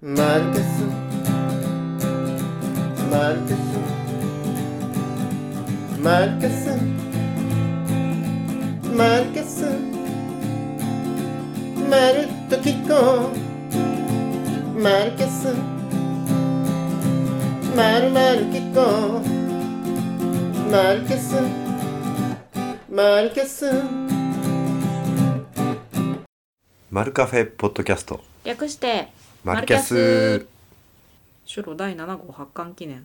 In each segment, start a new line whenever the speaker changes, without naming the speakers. マルケスマルケスマルケスマルケスまるっと聞こうマルケスまるまる聞こうマルケスマルケス
マルカフェポッドキャスト
略して
マルキャス
シュロ第7号発刊記念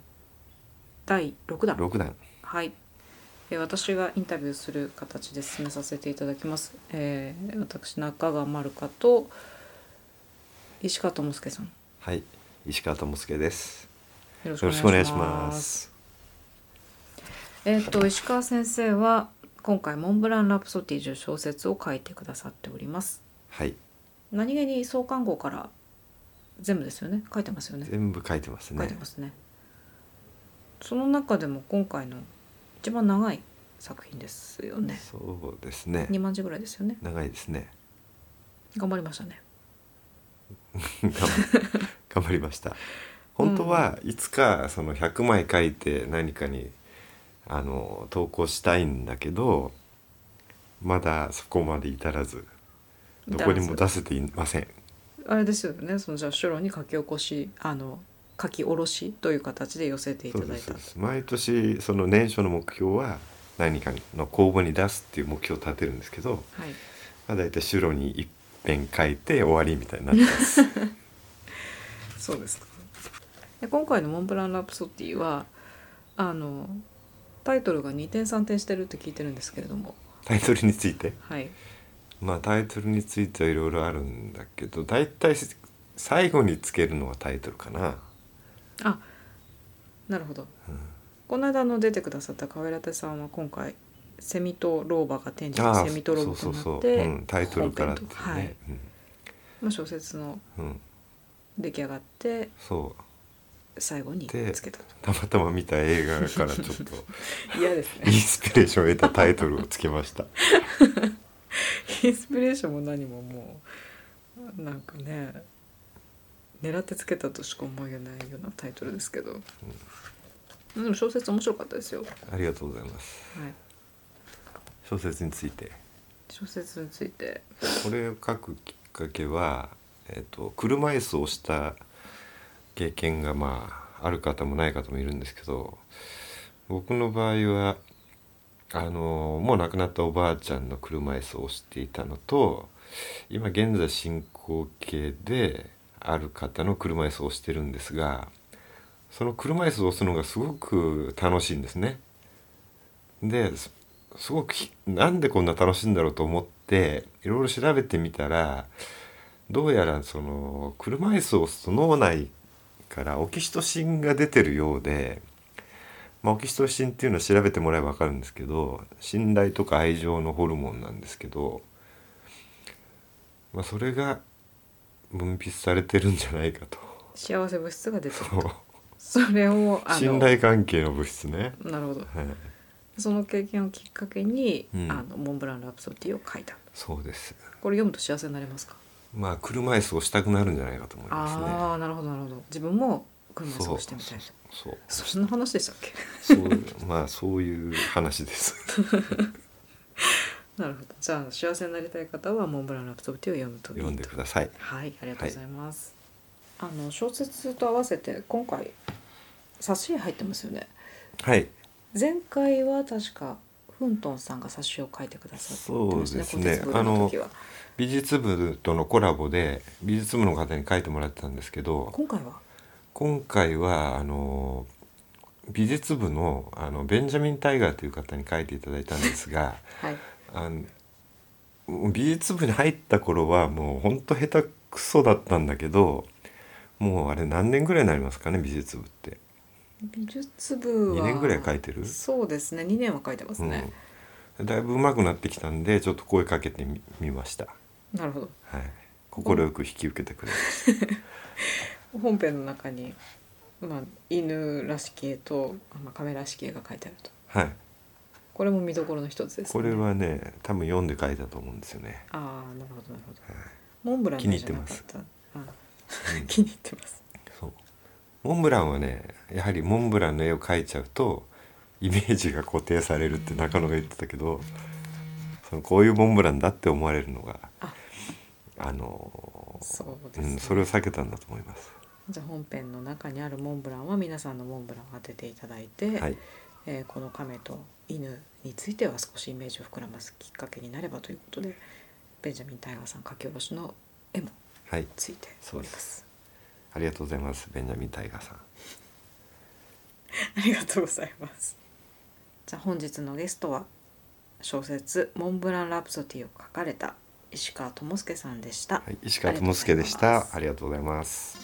第6弾
6弾
はい、えー私がインタビューする形で進めさせていただきます、えー私中川まるかと石川智介さんよ
はい石川智介です
ろ
よろし
し
く
く
お
お
願い
願い
し
し
ま
ます
す
えっ、と石川先生は今回モンブランラプソディ10小説を書いてくださっております
はい
何気に創刊号から全部ですよね書いてますよね
全部書いてます
書い
ね
てますねその中でも今回の一番長い作品ですよね
そうですね
2万字ぐらいですよね
長いですね
頑張りましたね
頑張頑張り ました本当はいつかその100枚書いて何かにあの投稿したいんだけどまだそこまで至らずどこにも出せていません
あれですよねそのじゃあ書路に書き起こしあの書き下ろしという形で寄せていた
そう
だ
で
い
すそう
た
です毎年その年初の目標は何かの公募に出すっていう目標を立てるんですけど、
はい
まあ、大体修路に一遍書いて終わりみたいになって ます。
そうですかで今回の「モンブラン・ラプソディは」あのタイトルが2点3点してるって聞いてるんですけれども
タイトルについて
はい
まあタイトルについてはいろいろあるんだけど大体最後につけるのはタイトルかな。
あなるほど、この間あの出てくださったカフェラテさんは今回セミと老婆が展示
あ
の
あ
セミと
そ
老婆
うそう
とな
そ
っ
う、う
て
ん、タイトルからって
本
ね、
編とはいまあ、小説の
うんうん、
出来上がって
そう
最後につけたと
たまたま見た映画からちょっと
嫌です
イン
ね
スピレーションを得たタイトルをつけました。
インスピレーションも何ももうなんかね狙ってつけたとしか思えないようなタイトルですけど、でも小説面白かったですよ、はい、
ありがとうございます。小説について
小説について
これを書くきっかけは、えっと車椅子をした経験がまあある方もない方もいるんですけど僕の場合はあのもう亡くなったおばあちゃんの車椅子をしていたのと今現在進行形である方の車椅子をしてるんですがその車椅子を押すのがすごく楽しいんですね。ですすごくひなんでこんな楽しいんだろうと思っていろいろ調べてみたらどうやらその車椅子を押すと脳内からオキシトシンが出てるようで、まあ、オキシトシンっていうのを調べてもらえば分かるんですけど信頼とか愛情のホルモンなんですけど、まあ、それが分泌されてるんじゃないかと。
幸せ物質が出てる
そう
それをあの
信頼関係の物質ね。
なるほど
はい、
その経験をきっかけに、
うん
あのモンブラン・ラプソディを書いた
そうです。
これ読むと幸せになれますか
まあ車椅子をしたくなるんじゃないかと思いますね。
ああなるほどなるほど自分も車椅子をしてみたいな
そう
そんな話でしたっけ
そうまあそういう話です。
なるほどじゃあ幸せになりたい方は「モンブラン・ラプソディ」を読むといいと
読んでください。
はいありがとうございます、あの小説と合わせて今回挿絵入ってますよね
はい。
前回は確かフントンさんが挿絵を書いてくださってました
そうですね
小説部の時は
美術部とのコラボで美術部の方に書いてもらってたんですけど、
今回は
今回はあの美術部のあのベンジャミン・タイガーという方に書いていただいたんですが、
はい
あの美術部に入った頃はもうほんと下手くそだったんだけど、もうあれ何年ぐらいになりますかね美術部って。
美術部は
二年ぐらい書いてる
そうですね2年は書いてますね、
うん、だいぶ上手くなってきたんでちょっと声かけてみみました
なるほど
はい快く引き受けてくれまし
本編の中に、まあ、犬らしき絵と、まあ、亀らしき絵が書いてあると
たはい
これも見どころの一つです、
こ
ね、
れはね多分読んで書いたと思うんですよね
ああなるほどなるほどモンブラン
気に入ってます
じゃなかったあ気に入ってます
そうモンブランはねやはりモンブランの絵を描いちゃうとイメージが固定されるって中野が言ってたけどそのこういうモンブランだって思われるのが
あ
あの
そう
う
ですね
ん、それを避けたんだと思います。
じゃあ本編の中にあるモンブランは皆さんのモンブランを当てていただいて、
はい、
えーこの亀と犬については少しイメージを膨らますきっかけになればということでベンジャミン・タイガーさん書き下ろしの絵も
はい、
ついて
そ
お
う
り
で
ます
す。ありがとうございます。ベンジャミンタイガーさん。
ありがとうございますじゃあ本日のゲストは小説「モンブラン・ラプソディ」を書かれた石川智介さんでした、
はい、石川智介でした。あ
あ
りがとうございます。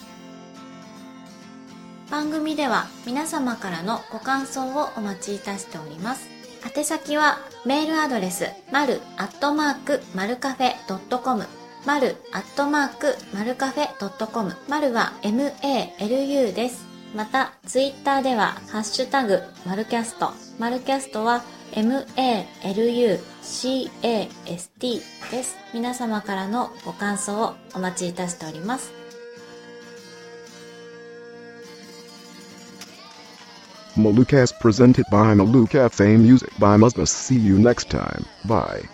番組では皆様からのご感想をお待ちいたしております宛先はメールアドレスまるアットマークマルカフェドットコムまるアットマークマルカフェドットコムまるは MALU ですまたツイッターではハッシュタグマルキャストマルキャストは MALUCAST です皆様からのご感想をお待ちいたしております
Malukas presented by Malukas A music by Musbus. See you next time. Bye.